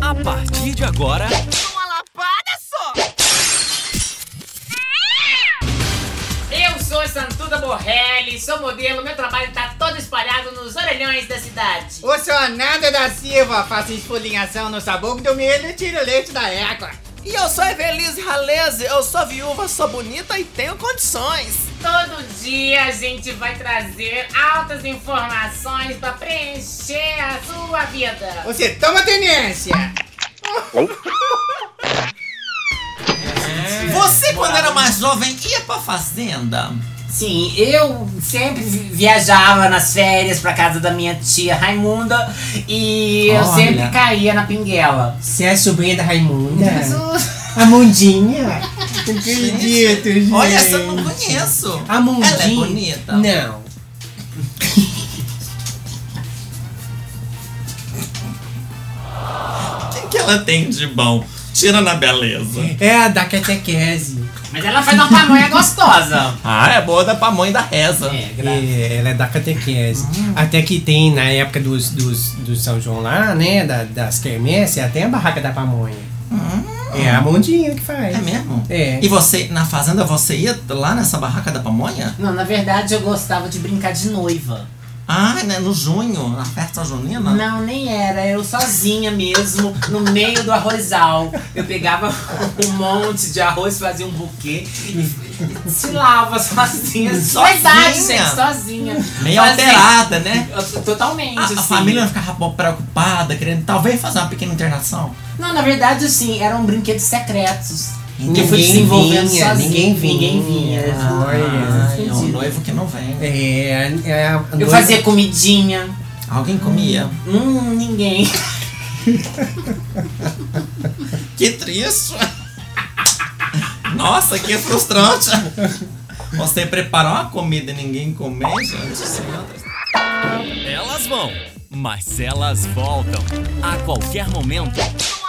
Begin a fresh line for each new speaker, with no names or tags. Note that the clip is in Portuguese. A partir de agora,
Uma lapada só!
Eu sou Santuda Borrelli, sou modelo, meu trabalho tá todo espalhado nos orelhões da cidade.
O seu Nanda da Silva faz esfolinhação no sabor do milho e tira o leite da égua.
E eu sou Evelise Raleze, eu sou viúva, sou bonita e tenho condições.
Todo dia a gente vai trazer altas informações pra preencher a sua vida.
Você toma tenência!
Você, quando era mais jovem, ia pra fazenda?
Sim, eu sempre vi- viajava nas férias pra casa da minha tia Raimunda e eu
Olha.
sempre caía na pinguela. É.
Você é a sobrinha da Raimunda?
Jesus.
A Mundinha? Não acredito, gente.
Olha, essa eu não conheço.
A Né? Mundinha.
Ela é bonita.
Não.
O que, que ela tem de bom? Tira na beleza.
É a da catequese.
Mas ela faz uma pamonha gostosa.
Ah, é boa da pamonha e da reza.
É, graças.
É, ela é da catequese. Até que tem, na época dos, dos, do São João lá, né? da- das quermesses, até a barraca da pamonha. É a Mundinha que faz.
É mesmo?
É.
E você, na fazenda, você ia lá nessa barraca da pamonha?
Não, na verdade eu gostava de brincar de noiva.
Ah, né, no junho, na festa junina?
Não, nem era. Eu sozinha mesmo, no meio do arrozal. Eu pegava um monte de arroz, fazia um buquê e desfilava sozinha.
Sozinha?
Verdade, gente, sozinha.
Meio
Fazia-
alterada, né?
Eu- Totalmente,
A,
assim.
a família não ficava preocupada, querendo talvez fazer uma pequena internação.
Não, na verdade, assim, eram brinquedos secretos. que eu fui
Ninguém
desenvolvendo
vinha,
sozinha.
ninguém vinha. Ah,
Ninguém vinha.
Olha.
Ai, é um noivo que não vem.
É, é, a
Eu
noiva-
fazia comidinha.
Alguém comia.
Hum, ninguém.
Que triste! Nossa, que frustrante! Você preparou uma comida e ninguém comeu, gente? Isso é outra-
elas vão, mas elas voltam. A qualquer momento,
Uma